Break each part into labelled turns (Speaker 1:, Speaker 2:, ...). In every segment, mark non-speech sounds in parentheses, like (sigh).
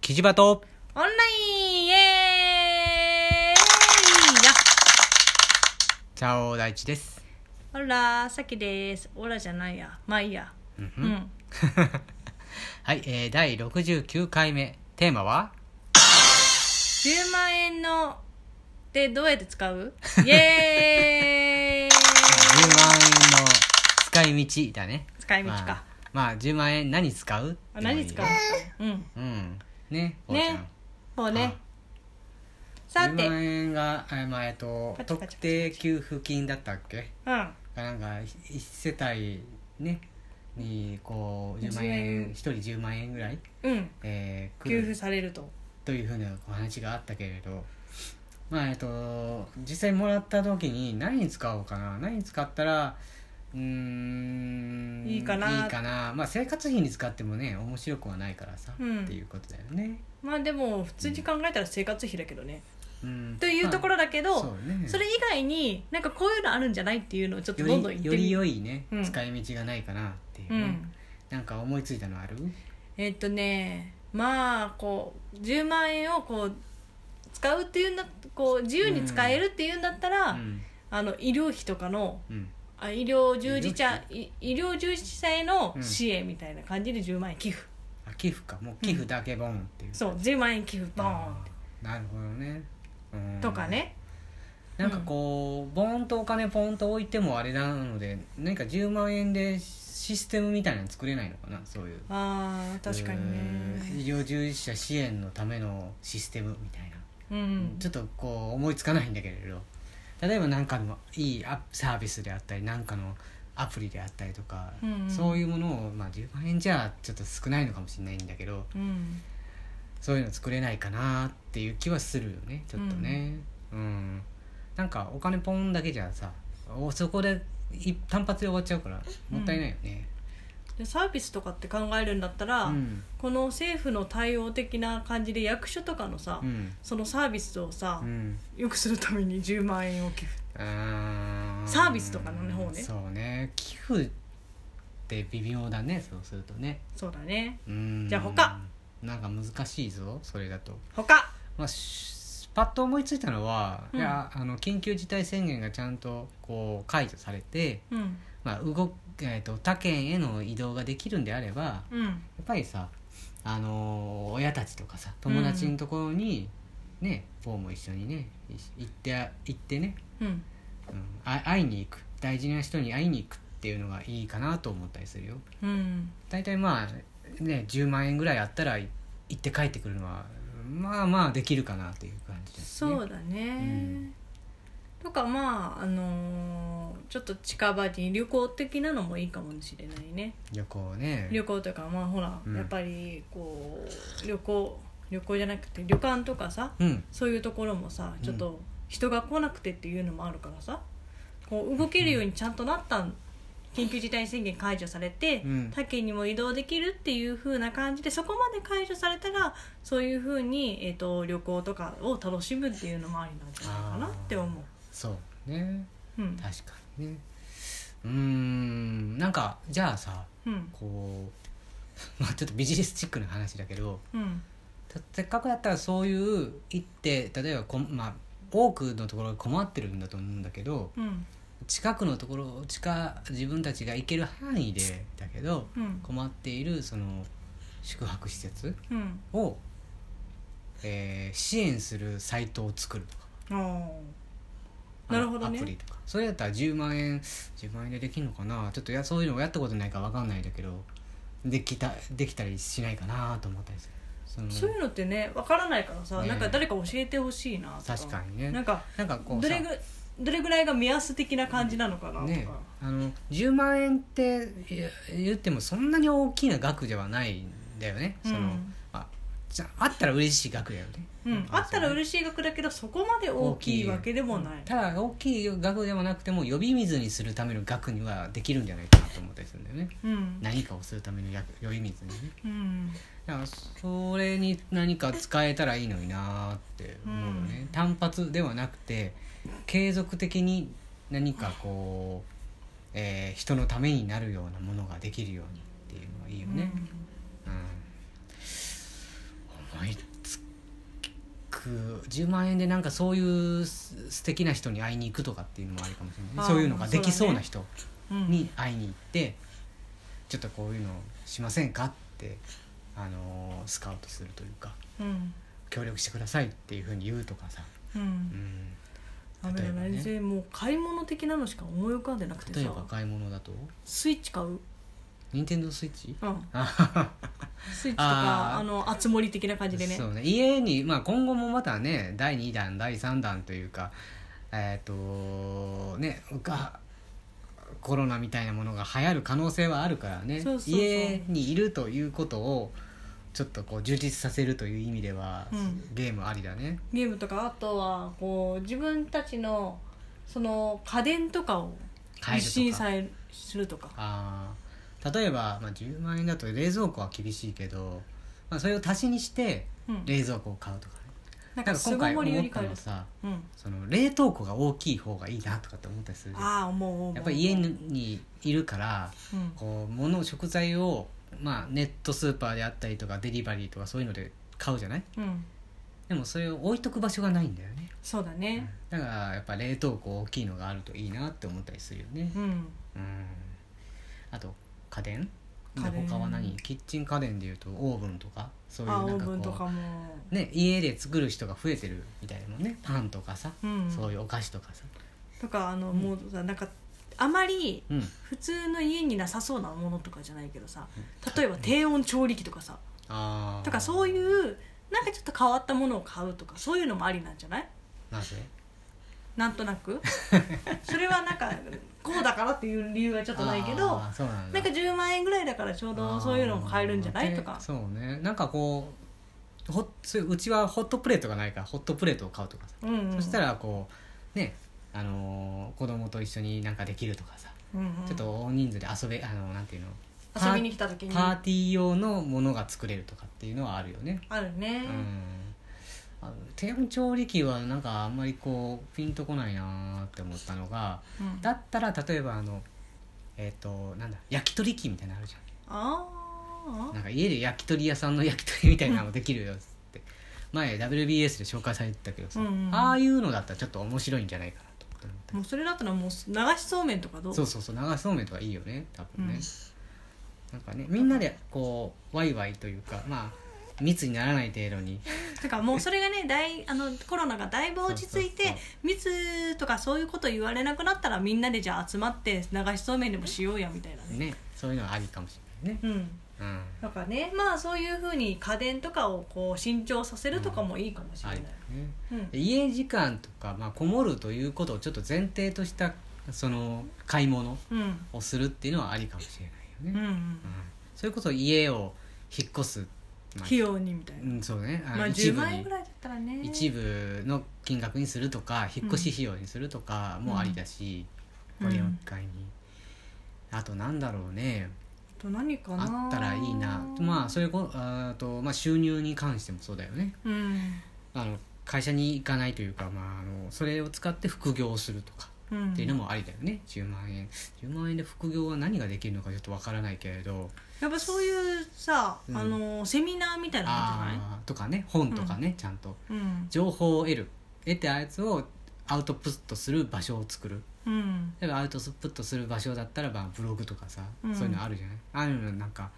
Speaker 1: キジバト
Speaker 2: オンラインイエーイや
Speaker 1: チャオ大地です
Speaker 2: オラさきですオラじゃないやまあいいや
Speaker 1: うん
Speaker 2: う
Speaker 1: ふん
Speaker 2: ん
Speaker 1: (laughs) はい、えー、第69回目テーマは
Speaker 2: 10万円のでどうやって使うイエーイ
Speaker 1: 10万 (laughs) 円の使い道だね
Speaker 2: 使い道
Speaker 1: ま
Speaker 2: か
Speaker 1: あ、まあ10万円何使う
Speaker 2: あ何使うのかうん
Speaker 1: うんねおうちゃん、
Speaker 2: ねもうねさ
Speaker 1: 10
Speaker 2: てうん
Speaker 1: 万円が、えーまあえっと
Speaker 2: パチパチパチパチ
Speaker 1: 特定給付金だったっけ
Speaker 2: うん
Speaker 1: なんか一世帯ねにこう10万
Speaker 2: 10
Speaker 1: 円
Speaker 2: 円
Speaker 1: 一人10万円ぐらい、
Speaker 2: うん
Speaker 1: えー、来
Speaker 2: 給
Speaker 1: る
Speaker 2: 付されると
Speaker 1: というふうなお話があったけれどまあえっと実際もらった時に何に使おうかな何に使ったらうーん
Speaker 2: いいかない
Speaker 1: いかなまあ生活費に使ってもね面白くはないからさ、
Speaker 2: うん
Speaker 1: っていうことだよね。
Speaker 2: まあでも普通に考えたら生活費だけどね
Speaker 1: うん、
Speaker 2: というところだけ
Speaker 1: まあ
Speaker 2: ど
Speaker 1: そうね
Speaker 2: それ以外になんかこういうのあるんじゃないっていうのをちょっと
Speaker 1: よ
Speaker 2: どんどん言
Speaker 1: り
Speaker 2: っ
Speaker 1: よ
Speaker 2: て
Speaker 1: り
Speaker 2: み
Speaker 1: 良いね、
Speaker 2: うん
Speaker 1: 使い道がないかなっていう
Speaker 2: う
Speaker 1: ね、
Speaker 2: ん
Speaker 1: なんか思いついたのある
Speaker 2: えっとねまあこう10万円をこう使うっていうんだこう自由に使えるっていうんだったら、
Speaker 1: うん
Speaker 2: あの医療費とかの
Speaker 1: うん
Speaker 2: あ医療従事者い医療従事者への
Speaker 1: うん
Speaker 2: 支援みたいな感じで10万円寄付、
Speaker 1: あ寄付かもう寄付だけボンっていう、
Speaker 2: そう10万円寄付ボーン
Speaker 1: あーなるほどね、うん
Speaker 2: とかね
Speaker 1: なんかこうボーンとお金ポンと置いてもあれなので何か10万円でシステムみたいなの作れないのかなそういう
Speaker 2: あー確かに
Speaker 1: うん
Speaker 2: ね
Speaker 1: 医療従事者支援のためのシステムみたいな、
Speaker 2: うん、
Speaker 1: ちょっとこう思いつかないんだけれど例えば何かのいいアサービスであったり何かのアプリであったりとか、
Speaker 2: うんうん
Speaker 1: そういうものを、まあ、10万円じゃちょっと少ないのかもしれないんだけど
Speaker 2: うん
Speaker 1: そういうの作れないかなっていう気はするよねちょっとねうん、なんかお金ポンだけじゃさおそこでい単発で終わっちゃうからもったいないよね
Speaker 2: でサービスとかって考えるんだったら、
Speaker 1: うん
Speaker 2: この政府の対応的な感じで役所とかのさ、
Speaker 1: うん
Speaker 2: そのサービスをさ、
Speaker 1: うん
Speaker 2: よくするために10万円を寄付
Speaker 1: あ
Speaker 2: サービスとかのね方ね
Speaker 1: そうね寄付って微妙だねそうするとね
Speaker 2: そうだね
Speaker 1: うん
Speaker 2: じゃあ他
Speaker 1: なんか難しいぞそれだと
Speaker 2: 他
Speaker 1: まあ、しパッと思いついたのは、
Speaker 2: うん
Speaker 1: いやあの緊急事態宣言がちゃんとこう解除されて、
Speaker 2: うん
Speaker 1: まあ動えー、と他県への移動ができるんであればや
Speaker 2: うん
Speaker 1: っぱりさ、あのー親たちとかさ友達のところに、ねポーも一緒にねい行って行ってね、
Speaker 2: うん
Speaker 1: うん、あ会いに行く大事な人に会いに行くっていうのがいいかなと思ったりするよ
Speaker 2: うん
Speaker 1: 大体まあね10万円ぐらいあったらい行って帰ってくるのはまあまあできるかなっていう感じですね
Speaker 2: そうだね、
Speaker 1: うん
Speaker 2: とかまああのーちょっと近場に旅行的なのもいいかもしれないね
Speaker 1: 旅行ね
Speaker 2: 旅行というかまあほら、
Speaker 1: うん
Speaker 2: やっぱりこう旅行旅行じゃなくて旅館とかさ
Speaker 1: うん
Speaker 2: そういうところもさちょっと人が来なくてっていうのもあるからさこう動けるようにちゃんとなったん緊急事態宣言解除されて、
Speaker 1: うん
Speaker 2: 他県にも移動できるっていう風な感じでそこまで解除されたらそういう風にえっ、と旅行とかを楽しむっていうのもありなんじゃないかなって思
Speaker 1: そうね
Speaker 2: う。うん、
Speaker 1: 確かにねうーんなんかじゃあさ
Speaker 2: うん、
Speaker 1: こう (laughs) まあちょっとビジネスチックな話だけど
Speaker 2: うん、
Speaker 1: たせっかくだったらそういう行って例えばこん、まあ、多くのところが困ってるんだと思うんだけど
Speaker 2: うん、
Speaker 1: 近くのところ近自分たちが行ける範囲でだけど
Speaker 2: うん、
Speaker 1: 困っているその宿泊施設
Speaker 2: うん、
Speaker 1: を、えー支援するサイトを作るとか
Speaker 2: あーなるほど
Speaker 1: あのアプ
Speaker 2: ね
Speaker 1: リ。とかそれだったら10万円10万円でできるのかなちょっといやそういうのをやったことないから分かんないんだけどできたできたりしないかなと思ったりするその
Speaker 2: そういうのってね、わからないからさ、
Speaker 1: ね
Speaker 2: なんか誰か教えてほしいなとか。
Speaker 1: 確かにね
Speaker 2: なんか
Speaker 1: なんかこう
Speaker 2: ど
Speaker 1: さ
Speaker 2: れぐどれぐらいが目安的な感じなのかなとか、
Speaker 1: ねあの10万円っていや言ってもそんなに大きな額ではないんだよね、その
Speaker 2: うん
Speaker 1: あじゃああったら嬉しい額だよね、
Speaker 2: うん、あったら
Speaker 1: しい
Speaker 2: 嬉しい額だけどそこまで大きいわけでもない
Speaker 1: ただ大きい額でもなくても呼び水にするための額にはできるんじゃないかなと思ったりするんだよね
Speaker 2: うん、
Speaker 1: 何かをするための役呼び水にね
Speaker 2: うん、
Speaker 1: だからそれに何か使えたらいいのになーって思うよね、
Speaker 2: うん
Speaker 1: 単発ではなくて継続的に何かこう、えー人のためになるようなものができるようにっていうのはいいよね、うん思いく10万円でなんかそういうす素敵な人に会いに行くとかっていうのもありかもしれ
Speaker 2: あ
Speaker 1: な
Speaker 2: ー
Speaker 1: いそういうのができそうな人
Speaker 2: うん
Speaker 1: に会いに行ってちょっとこういうのしませんかって、あのースカウトするというか
Speaker 2: うん
Speaker 1: 協力してくださいっていうふうに言うとかさ、
Speaker 2: う
Speaker 1: うんん、
Speaker 2: ダメだ
Speaker 1: 例えばね
Speaker 2: 全然もう買い物的なのしか思い浮かんでなくて
Speaker 1: 例え
Speaker 2: さ
Speaker 1: ば買い物だと
Speaker 2: スイッチ買う
Speaker 1: 任天堂スイッチ (laughs)
Speaker 2: うん
Speaker 1: あはは
Speaker 2: スイッチとか
Speaker 1: あー
Speaker 2: あの熱盛的な感じでね
Speaker 1: そうね家に、まあ、今後もまたね第2弾第3弾というかえっ、とねがコロナみたいなものが流行る可能性はあるからね
Speaker 2: そうそうそう
Speaker 1: 家にいるということをちょっとこう充実させるという意味では、
Speaker 2: うん
Speaker 1: ゲームありだね
Speaker 2: ゲームとかあとはこう自分たちのその家電とかを
Speaker 1: 買える
Speaker 2: 一
Speaker 1: とか
Speaker 2: 新さえするとか
Speaker 1: あー例えば、まあ、10万円だと冷蔵庫は厳しいけど、まあ、それを足しにして
Speaker 2: うん
Speaker 1: 冷蔵庫を買うとかね、
Speaker 2: な
Speaker 1: な
Speaker 2: んか
Speaker 1: んか
Speaker 2: 巣
Speaker 1: 今
Speaker 2: ご
Speaker 1: 回
Speaker 2: もりよ
Speaker 1: 思っ
Speaker 2: り
Speaker 1: た
Speaker 2: 買え
Speaker 1: の
Speaker 2: る
Speaker 1: さ
Speaker 2: うん
Speaker 1: その冷凍庫が大きい方がいいなとかって思ったりするじゃん
Speaker 2: ああ思う思う
Speaker 1: やっぱり家にいるから
Speaker 2: うん
Speaker 1: こう物食材を、まあ、ネットスーパーであったりとかデリバリーとかそういうので買うじゃない
Speaker 2: うん
Speaker 1: でもそれを置いとく場所がないんだよね
Speaker 2: そうだね
Speaker 1: だからやっぱ冷凍庫大きいのがあるといいなって思ったりするよね
Speaker 2: うん
Speaker 1: うんあと家電
Speaker 2: 家電
Speaker 1: 他は何キッチン家電でいうとオーブンとかそういう
Speaker 2: ああオ
Speaker 1: な
Speaker 2: ーブ
Speaker 1: ん
Speaker 2: ン
Speaker 1: か
Speaker 2: と
Speaker 1: こ
Speaker 2: かも
Speaker 1: うね家で作る人が増えてるみたいなもんねパンとかさ、
Speaker 2: うん
Speaker 1: そういうお菓子とかさ
Speaker 2: とかあのもうさなんかあまり
Speaker 1: うん
Speaker 2: 普通の家になさそうなものとかじゃないけどさ例えば低温調理器とかさ
Speaker 1: ああ
Speaker 2: とかそういううなんかちょっと変わったものを買うとかそういうのもありなんじゃない
Speaker 1: なぜ
Speaker 2: なんとな
Speaker 1: (laughs)
Speaker 2: くそれはなんかこうだからっていう理由はちょっとないけど
Speaker 1: あーそうなんだ
Speaker 2: なんか10万円ぐらいだからちょうどそういうのも買えるんじゃな
Speaker 1: あー
Speaker 2: いとか
Speaker 1: そうねなんかこうほそういううちはホットプレートがないからホットプレートを買うとかさ、
Speaker 2: うんうん
Speaker 1: そしたらこうねあのー子供と一緒になんかできるとかさ、
Speaker 2: うんうん
Speaker 1: ちょっと大人数で遊べあのなんていうのパ
Speaker 2: 遊び
Speaker 1: ー
Speaker 2: に来た時に
Speaker 1: パーティー用のものが作れるとかっていうのはあるよね、
Speaker 2: あるね
Speaker 1: うんあの低温調理器はなんかあんまりこうピンとこないなーって思ったのが
Speaker 2: うん
Speaker 1: だったら例えばあのえっ、となんだ焼き鳥器みたいなのあるじゃん
Speaker 2: あー
Speaker 1: なんか家で焼き鳥屋さんの焼き鳥みたいなのできるよっつって前 WBS で紹介されてたけどさ、
Speaker 2: うんうんうん
Speaker 1: ああいうのだったらちょっと面白いんじゃないかなと思って
Speaker 2: もうそれだったらもう流しそうめんとかどう
Speaker 1: そうそうそう流しそうめんとかいいよね多分ね、
Speaker 2: うん
Speaker 1: なんかねみんなでこうワイワイというかまあ密にならない程度に
Speaker 2: てかもうそれがねだいあのコロナがだいぶ落ち着い
Speaker 1: そうそう
Speaker 2: て密とかそういうこと言われなくなったらみんなでじゃあ集まって流しそうめんでもしようやみたいなね
Speaker 1: ねそういうのはありかもしれないね
Speaker 2: うん
Speaker 1: うん
Speaker 2: だからねまあそういうふうに家電とかをこう新調させるとかもいいかもしれ
Speaker 1: あ
Speaker 2: ない
Speaker 1: りだ、ね
Speaker 2: うん
Speaker 1: で家時間とか、まあ、こもるということをちょっと前提としたその買い物
Speaker 2: うん
Speaker 1: をするっていうのはありかもしれないよね、
Speaker 2: うんうん
Speaker 1: それこそ家を引っ越す、まあ
Speaker 2: 費用にみたいうな、
Speaker 1: ん、そうねあの
Speaker 2: まあ
Speaker 1: 一
Speaker 2: 10
Speaker 1: 部
Speaker 2: 万円
Speaker 1: に
Speaker 2: ぐらいだったらね
Speaker 1: 一部の金額にするとか引っ越し費用にするとかもありだし、
Speaker 2: うん
Speaker 1: ご利用会に、あとなんだろうね
Speaker 2: あと何かな
Speaker 1: あったらいいなまあそれこあと、まあ、収入に関してもそうだよね
Speaker 2: うん
Speaker 1: あの会社に行かないというか、まあ、あのそれを使って副業をするとか
Speaker 2: うん
Speaker 1: っていうのもありだよね、10万円10万円で副業は何ができるのかちょっとわからないけれど、
Speaker 2: やっぱそういうさ、
Speaker 1: うん
Speaker 2: あのセミナーみたいなのじゃない
Speaker 1: あーとかね本とかね、ちゃんと
Speaker 2: うん
Speaker 1: 情報を得る得てあいつをアウトプットする場所を作る
Speaker 2: うん
Speaker 1: 例えばアウトプットする場所だったらばブログとかさ、
Speaker 2: うん
Speaker 1: そういうのあるじゃないああいうのなんか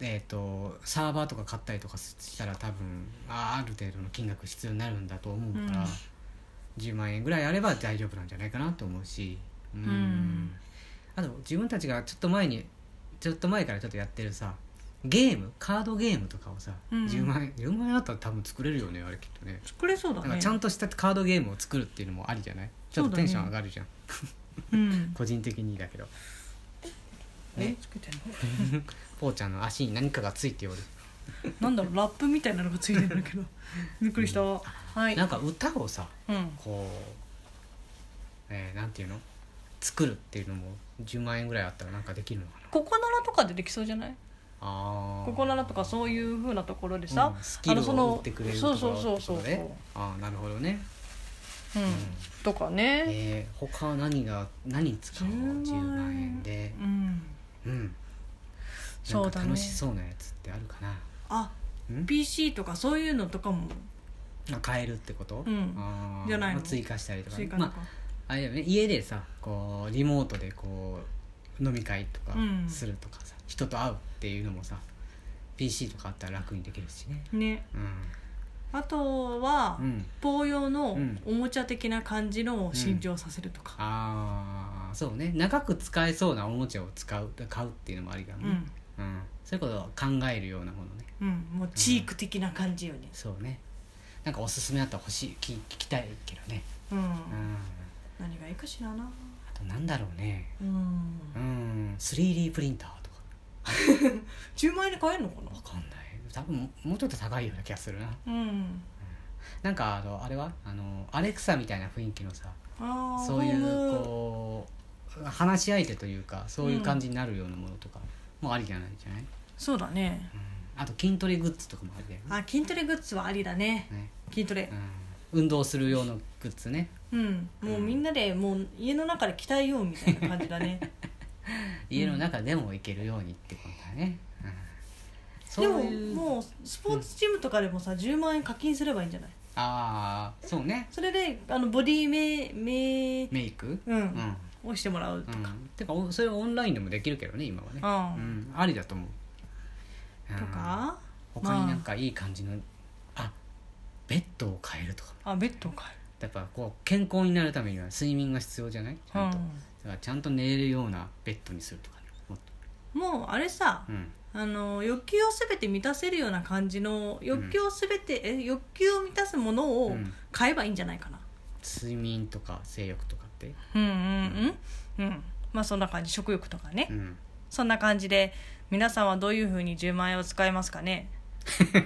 Speaker 1: えっ、とサーバーとか買ったりとかしたら多分あある程度の金額必要になるんだと思うから、
Speaker 2: うん
Speaker 1: 10万円ぐらいあれば大丈夫なんじゃないかなと思うしうん
Speaker 2: うん
Speaker 1: あと自分たちがちょっと前にちょっと前からちょっとやってるさゲームカードゲームとかをさ、
Speaker 2: うん
Speaker 1: 10万円10万円あったら多分作れるよねあれきっとね
Speaker 2: 作れそうだ
Speaker 1: なんか
Speaker 2: ね
Speaker 1: ちゃんとしたカードゲームを作るっていうのもありじゃないちょっとテンション上がるじゃん、
Speaker 2: うん
Speaker 1: 個人的にだけど
Speaker 2: え
Speaker 1: ね
Speaker 2: つけてんの
Speaker 1: ぽーちゃんの足に何かがついておる
Speaker 2: なんだろうラップみたいなのがついてるんだけど
Speaker 1: (laughs)
Speaker 2: びっくりした、はい
Speaker 1: なんか歌をさ
Speaker 2: うん
Speaker 1: こう、えーなんていうの作るっていうのも10万円ぐらいあったらなんかできるのかな
Speaker 2: ココナラとかでできそうじゃない
Speaker 1: あー
Speaker 2: ココナラとかそういうふうなところでさ、
Speaker 1: うんスキル
Speaker 2: あのそ
Speaker 1: を
Speaker 2: の
Speaker 1: 売ってくれる
Speaker 2: そう
Speaker 1: と
Speaker 2: そうそう
Speaker 1: こ
Speaker 2: そう
Speaker 1: ろ
Speaker 2: そう、
Speaker 1: でああなるほどね、
Speaker 2: うん
Speaker 1: うん
Speaker 2: とかね、
Speaker 1: えー、他は何が何使うの
Speaker 2: 10
Speaker 1: 10
Speaker 2: 万
Speaker 1: 万
Speaker 2: 円
Speaker 1: 円で
Speaker 2: うん
Speaker 1: うんな
Speaker 2: そうんだ
Speaker 1: か
Speaker 2: ね
Speaker 1: 楽しそうなやつってあるかな
Speaker 2: あ
Speaker 1: ん
Speaker 2: PC とかそういうのとかも
Speaker 1: あ変えるってこと、
Speaker 2: うん
Speaker 1: あー
Speaker 2: じゃないの
Speaker 1: まあ追加したりとか
Speaker 2: 追加と
Speaker 1: ま
Speaker 2: か、
Speaker 1: ああれだよね家でさこうリモートでこう飲み会とか
Speaker 2: うん
Speaker 1: するとかさ、人と会うっていうのもさ PC とかあったら楽にできるしね
Speaker 2: ね
Speaker 1: う
Speaker 2: あとは、
Speaker 1: ん、うん、
Speaker 2: 棒用の
Speaker 1: うん
Speaker 2: おもちゃ的な感じのを新調させるとか、
Speaker 1: ああそうね長く使えそうなおもちゃを使う買うっていうのもありだ
Speaker 2: う
Speaker 1: も
Speaker 2: ん
Speaker 1: んね、うんそういうことを考えるようなものね
Speaker 2: うんもうチーク的な感じよね、
Speaker 1: そうねなんかおすすめあったら欲しい聞聞きたいけどね
Speaker 2: うん
Speaker 1: うん
Speaker 2: 何がいいかしらな、
Speaker 1: あとなんだろうね
Speaker 2: うん、
Speaker 1: うん、3D プリンターとか
Speaker 2: 10万円で買えるのか
Speaker 1: わかんない多分ももうちょっと高いような気がするな
Speaker 2: なうん
Speaker 1: なんかあのあれはあのアレクサみたいな雰囲気のさ
Speaker 2: ああ
Speaker 1: そうい
Speaker 2: ホー
Speaker 1: う
Speaker 2: ム
Speaker 1: こう話し相手というかそういう感じになるようなものとかもありじゃないじゃない、
Speaker 2: そうだね
Speaker 1: うんあと筋トレグッズとかもありだよね
Speaker 2: あ筋トレグッズはありだね
Speaker 1: ね、
Speaker 2: 筋トレ
Speaker 1: うん、運動する用のグッズね
Speaker 2: うん、もうみんなでもう家の中で鍛えようみたいな感じだね
Speaker 1: 家の中でも行けるようにってことだね、うん、
Speaker 2: で
Speaker 1: (laughs) そう
Speaker 2: も
Speaker 1: いう
Speaker 2: もうスポーツチームとかでもさ10万円課金すればいいんじゃない
Speaker 1: ああそうね
Speaker 2: それであのボディメイメイ
Speaker 1: メイク
Speaker 2: うん、
Speaker 1: うん、うん
Speaker 2: をしてもらうとか、
Speaker 1: てかおそれはオンラインでもできるけどね今はね
Speaker 2: ああ
Speaker 1: うん、ありだと思う、うん
Speaker 2: とか
Speaker 1: 他になんかいい感じの、あベッドを変えるとか
Speaker 2: あベッドを買
Speaker 1: やっぱこう健康になるためには睡眠が必要じゃないち
Speaker 2: え
Speaker 1: ゃん
Speaker 2: る
Speaker 1: と、だからちゃんと寝れるようなベッドにするとかねもっと
Speaker 2: うん、もうあれさ
Speaker 1: うん
Speaker 2: あの欲求をすべて満たせるような感じの欲求をすべて、え欲求を満たすもの
Speaker 1: う
Speaker 2: を
Speaker 1: ん
Speaker 2: 買えばいいんじゃないかな
Speaker 1: 睡眠とか性欲とかって
Speaker 2: うんうんうんうんまあそんな感じ食欲とかね
Speaker 1: うん
Speaker 2: そんな感じで皆さんはどういうふうに10万円を使いますかね